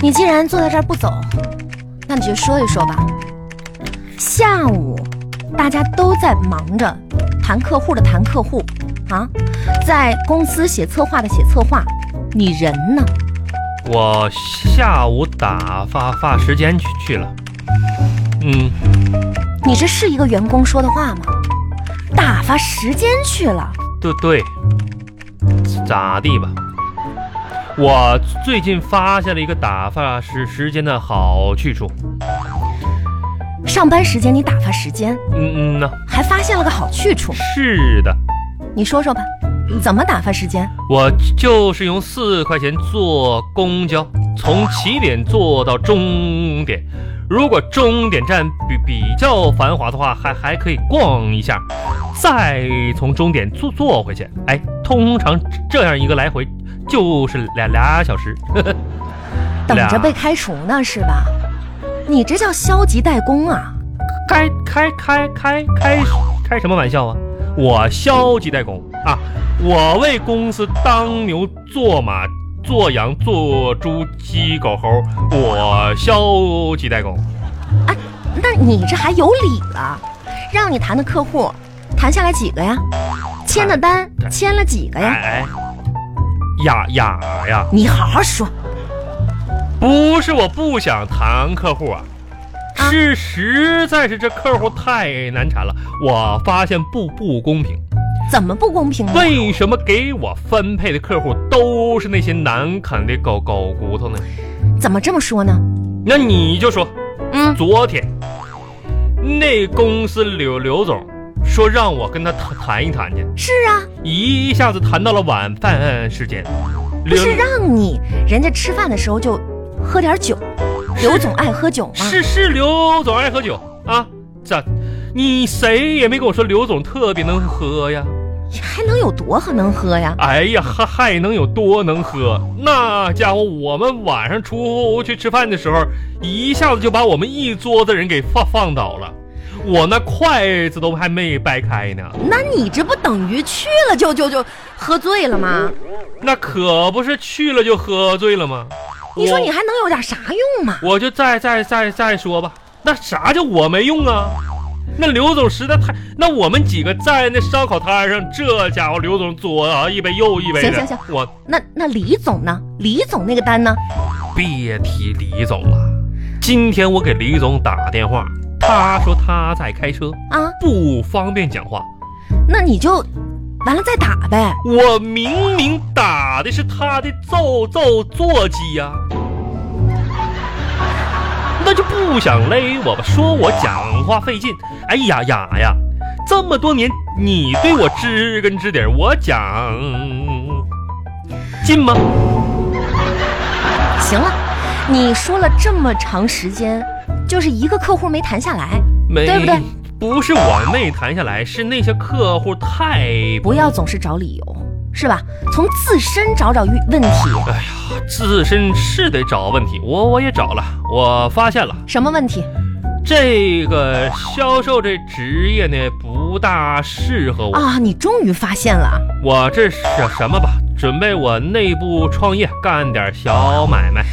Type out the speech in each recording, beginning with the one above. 你既然坐在这儿不走，那你就说一说吧。下午大家都在忙着谈客户的谈客户啊，在公司写策划的写策划，你人呢？我下午打发发时间去去了。嗯，你这是一个员工说的话吗？打发时间去了，对对，咋地吧？我最近发现了一个打发时时间的好去处。上班时间你打发时间，嗯嗯呐，还发现了个好去处，是的，你说说吧，怎么打发时间？我就是用四块钱坐公交，从起点坐到终点。如果终点站比比较繁华的话，还还可以逛一下，再从终点坐坐回去。哎，通常这样一个来回就是俩俩小时。 呵呵等着俩被开除呢是吧？你这叫消极怠工啊！开开开开开开什么玩笑啊！我消极怠工啊！我为公司当牛做马做羊做猪鸡狗猴，我消极怠工。哎那你这还有理了？让你谈的客户，谈下来几个呀？签的单哎对签了几个呀？哎，呀呀呀！你好好说，不是我不想谈客户啊，啊是实在是这客户太难缠了。我发现不不公平。怎么不公平呢？为什么给我分配的客户都是那些难啃的狗狗骨头呢？怎么这么说呢？那你就说，嗯，昨天那公司刘刘总说让我跟他谈谈一谈去，是啊，一下子谈到了晚饭时间。不刘啊是让你人家吃饭的时候就喝点酒，刘总爱喝酒吗？是是刘总爱喝酒啊，咋？你谁也没跟我说刘总特别能喝呀？还能有多能喝呀？哎呀，还还能有多能喝？那家伙，我们晚上出去吃饭的时候，一下子就把我们一桌子人给放放倒了。我那筷子都还没掰开呢，那你这不等于去了就就就喝醉了吗？那可不是去了就喝醉了吗？你说你我还能有点啥用嘛？我就再再再再说吧。那啥叫我没用啊？那刘总实在太……那我们几个在那烧烤摊上，这家伙刘总左一杯右一杯的，行行行我那那李总呢？李总那个单呢？别提李总了。今天我给李总打电话，他说他在开车，啊，不方便讲话。那你就完了再打呗。我明明打的是他的奏奏座机呀、那就不想勒我吧，说我讲话费劲。哎呀呀呀，这么多年你对我知根知底儿，我讲进吗？行了，你说了这么长时间，就是一个客户没谈下来，没，对不对？不是我没谈下来，是那些客户太不要总是找理由，是吧？从自身找找问题，哎自身是得找问题，我我也找了，我发现了什么问题？这个销售这职业呢不大适合我。啊，你终于发现了，我这是什么吧？准备我内部创业，干点小买卖，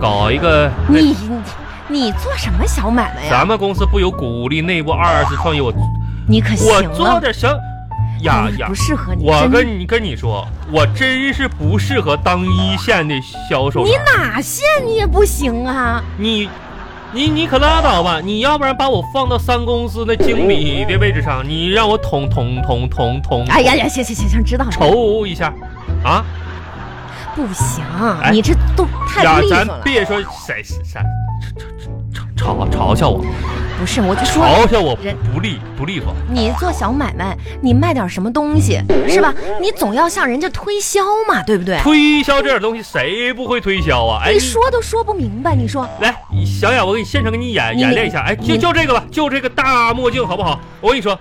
搞一个。你你你做什么小买卖呀？咱们公司不有鼓励内部二次创业，我你可行我做了，点小呀你呀不。适合你，我真的跟你跟你说，我真是不适合当一线的销售。你哪线你也不行啊！你，你你可拉倒吧！你要不然把我放到三公司那经理的位置上，你让我捅捅捅捅捅，哎呀呀，行行行行，知道了，瞅一下，啊不行哎，你这都太呀不！利索咱了。别说谁谁谁嘲嘲嘲嘲嘲笑我，不是，我就说嘲笑我人不利不利索。你做小买卖，你卖点什么东西是吧？你总要向人家推销嘛，对不对？推销这点东西谁不会推销啊？哎，你说都说不明白，你说来，小雅，我给你现场给你演你演练一下，哎，就你就这个吧，就这个大墨镜好不好？我跟你说，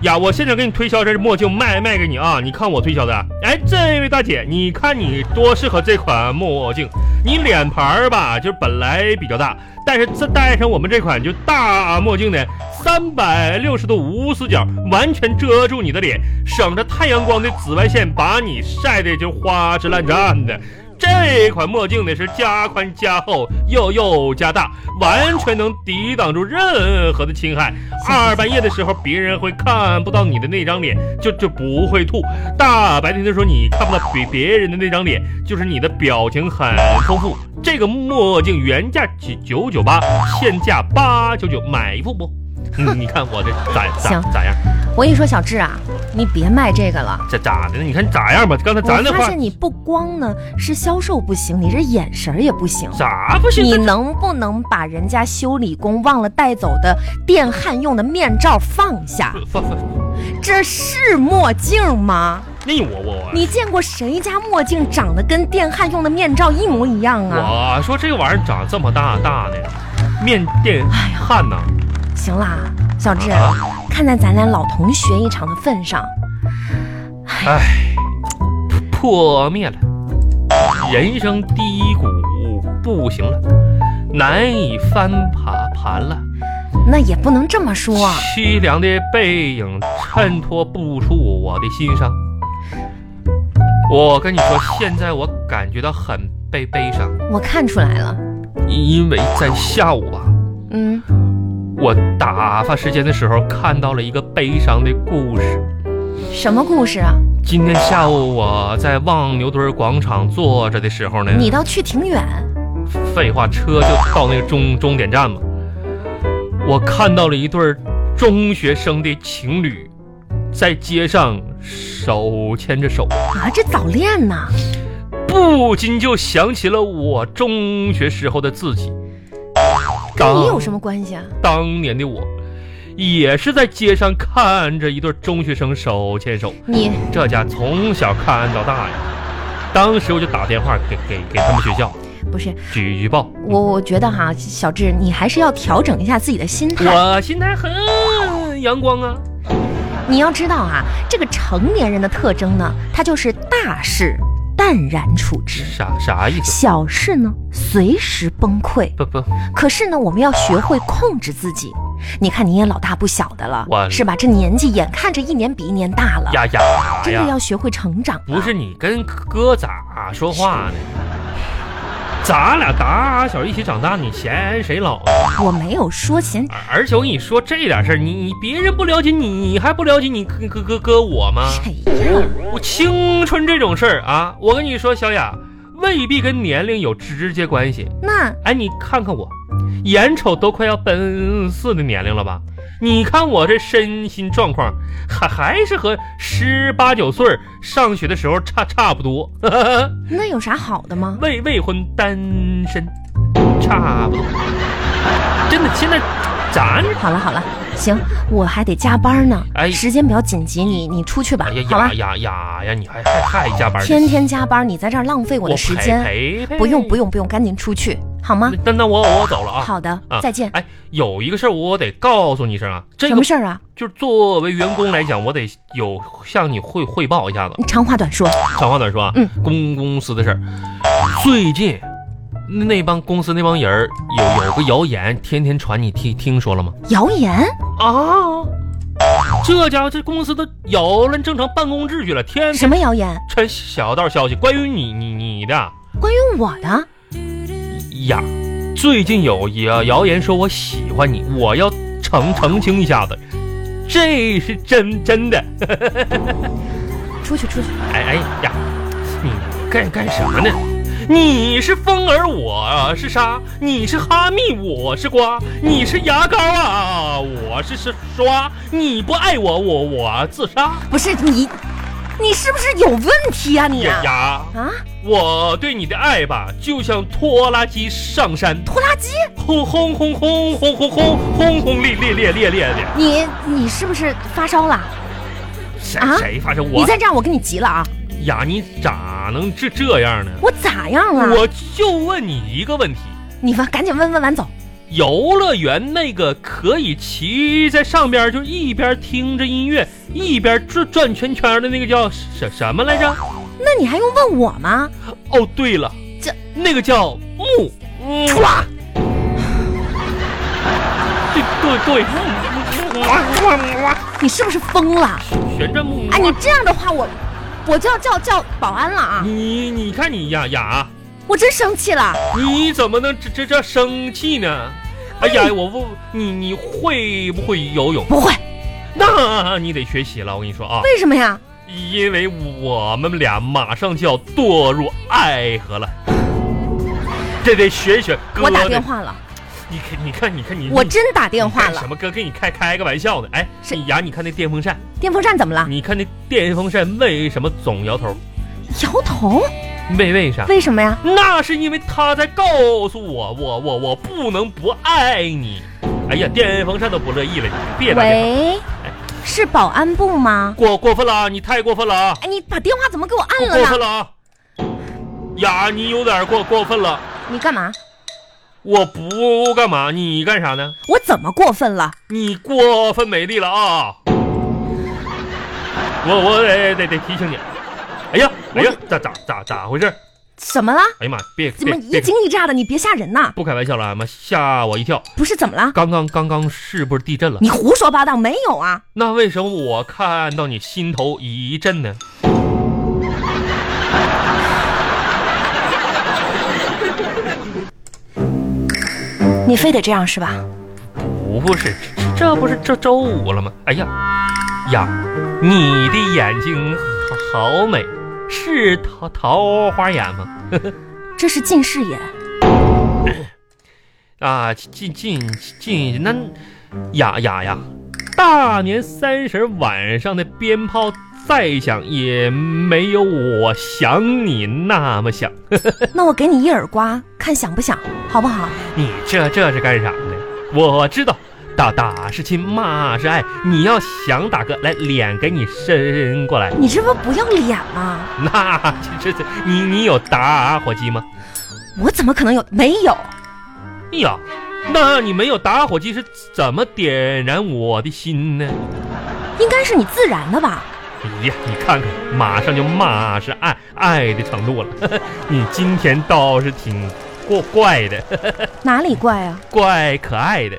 呀，我现场给你推销这墨镜，卖卖给你啊，你看我推销的，哎，这位大姐，你看你多适合这款墨镜，你脸盘儿吧，就是本来比较大，但是这戴上我们这款就大墨镜呢，三百六十度无死角，完全遮住你的脸，省着太阳光的紫外线把你晒得就花枝乱颤的。这款墨镜呢是加宽加厚又又加大，完全能抵挡住任何的侵害。二半夜的时候，别人会看不到你的那张脸，就就不会吐；大白天的时候，你看不到别别人的那张脸，就是你的表情很丰富。这个墨镜原价九九九八，现价八九九，买一副不？嗯，你看我这咋咋行咋样？我跟你说，小志啊，你别卖这个了。这咋的呢？你看咋样吧？刚才咱我那发话现你不光呢是销售不行，你这眼神儿也不行。咋不行？你能不能把人家修理工忘了带走的电焊用的面罩放下？放放，这是墨镜吗？那我我我。你见过谁家墨镜长得跟电焊用的面罩一模一样啊？我说这个玩意儿长这么大大的，面电焊呐、行啦，小志啊，看在咱俩老同学一场的份上，破灭了，人生低谷不行了，难以翻爬盘了，那也不能这么说。凄凉的背影衬托不出我的心伤。我跟你说，现在我感觉到很悲悲伤，我看出来了，因为在下午吧，嗯，我打发时间的时候看到了一个悲伤的故事。什么故事啊？今天下午我在望牛墩广场坐着的时候呢，你倒去挺远，废话，车就到那个终终点站嘛。我看到了一对儿中学生的情侣在街上手牵着手，啊，这早恋呐，不禁就想起了我中学时候的自己。跟当你有什么关系啊？当年的我，也是在街上看着一对儿中学生手牵手，你这家从小看到大呀。当时我就打电话给给给他们学校不是举举报，我，我觉得哈，小志，你还是要调整一下自己的心态。我心态很阳光啊。你要知道啊，这个成年人的特征呢，他就是大事淡然处之，啥啥意思？小事呢随时崩溃。不不，可是呢，我们要学会控制自己。你看，你也老大不小的了我，是吧？这年纪眼看着一年比一年大了，呀呀真的呀！要学会成长。啊不是，你跟哥咋说话呢？咱俩打小一起长大，你嫌谁老啊？我没有说嫌而而且我跟你说这点事儿，你你别人不了解你，你还不了解你哥哥哥哥我吗？谁呀，我青春这种事儿啊，我跟你说，小雅未必跟年龄有直接关系。那哎，你看看我，眼瞅都快要奔四的年龄了吧？你看我这身心状况，还还是和十八九岁儿上学的时候差差不多， 那有啥好的吗？未未婚单身，差不多。真的，现在咱好了好了，行，我还得加班呢，哎时间比较紧急，你你出去吧哎，呀好吧呀？呀呀呀，你还还还加班儿？天天加班，你在这儿浪费我的时间，陪陪不用不用。用不用，赶紧出去好吗？那那我我走了啊。好的啊，再见。哎，有一个事儿我得告诉你一声啊，这什个么事儿啊？就是作为员工来讲，我得有向你汇汇报一下子。你长话短说。长话短说啊，嗯，公公司的事儿，最近那帮公司那帮人儿有有个谣言，天天传，你听听说了吗？谣言？啊，这家伙这公司都扰乱正常办公秩序了，天天什么谣言？传小道消息，关于你你你的关于我的？呀，最近有谣谣言说我喜欢你，我要澄澄清一下子，这是真真的。出去出去。哎哎呀，你干干什么呢？你是风儿，我是沙；你是哈密，我是瓜；你是牙膏啊，我是是刷。你不爱我，我我自杀。不是你，你是不是有问题啊你呀啊？呀，我对你的爱吧，就像拖拉机上山，拖拉机，轰轰轰轰轰轰轰轰轰烈烈烈烈烈的。你你是不是发烧了？谁啊谁发生你我再这样，我跟你急了啊！呀？你咋能这这样呢？我咋样了？我就问你一个问题。你吧，赶紧问问完走。游乐园那个可以骑在上边儿，就一边听着音乐一边转转圈圈的那个叫什什么来着？那你还用问我吗？哦，对了，这那个叫木木唰对对对，木木木木木木木木你是不是疯了？旋转木哎，木你这样的话，我我就要叫叫保安了啊！你你看你呀呀，我真生气了，你怎么能这这这生气呢？哎呀，我不，你你会不会游泳？不会，那你得学习了，我跟你说啊，为什么呀？因为我们俩马上就要堕入爱河了，这得学一学。哥我打这电，话了，你看你看你看你，我你真打电你话干了什。么哥跟你开开个玩笑呢？哎，是啊你呀，你看那电风扇，电风扇怎么了？你看那电风扇为什么总摇头？摇头？为为啥？为什么呀？那是因为他在告诉我，我我我不能不爱你。哎呀，电风扇都不乐意了，你别打电话，哎喂，是保安部吗？过过分了啊，你太过分了啊，哎，你把电话怎么给我按过了过分呢？了啊！呀，你有点过过分了。你干嘛？我不干嘛，你干啥呢？我怎么过分了？你过分美丽了啊！我我得得得提醒你。哎呀哎呀，咋咋咋咋回事？怎么了？哎呀妈，别怎么别一别，惊一乍的？你别吓人呐！不开玩笑了，啊妈吓我一跳！不是怎么了？刚刚刚刚是不是地震了？你胡说八道，没有啊！那为什么我看到你心头一震呢？你非得这样是吧？不不是，这这不是这周五了吗？哎呀呀，你的眼睛好好美，是桃桃花眼吗？这是近视眼，啊，进进进，那呀呀呀！大年三十晚上的鞭炮再响，也没有我想你那么响。那我给你一耳刮，看响不响，好不好？你这这是干啥呢？我知道，打打是亲，骂是爱。你要想打哥，来脸给你伸过来。你这不不要脸吗？那这这你你有打火机吗？我怎么可能有？没有，哎呀，那你没有打火机是怎么点燃我的心呢？应该是你自然的吧？哎呀，你看看，马上就骂是爱爱的程度了。 你今天倒是挺过怪的，哪里怪啊？怪可爱的，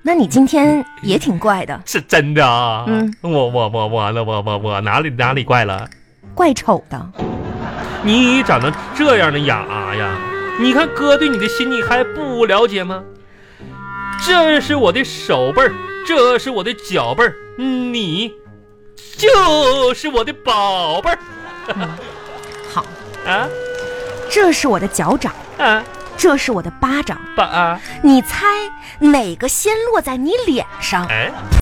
那你今天也挺怪的，是真的啊。嗯我我我我了我我我哪里哪里怪了？怪丑的。你长得这样的雅呀，你看哥对你的心你还不了解吗？这是我的手背儿，这是我的脚背儿，你就是我的宝贝儿好，啊这是我的脚掌，啊这是我的巴掌，爸啊你猜哪个先落在你脸上？哎。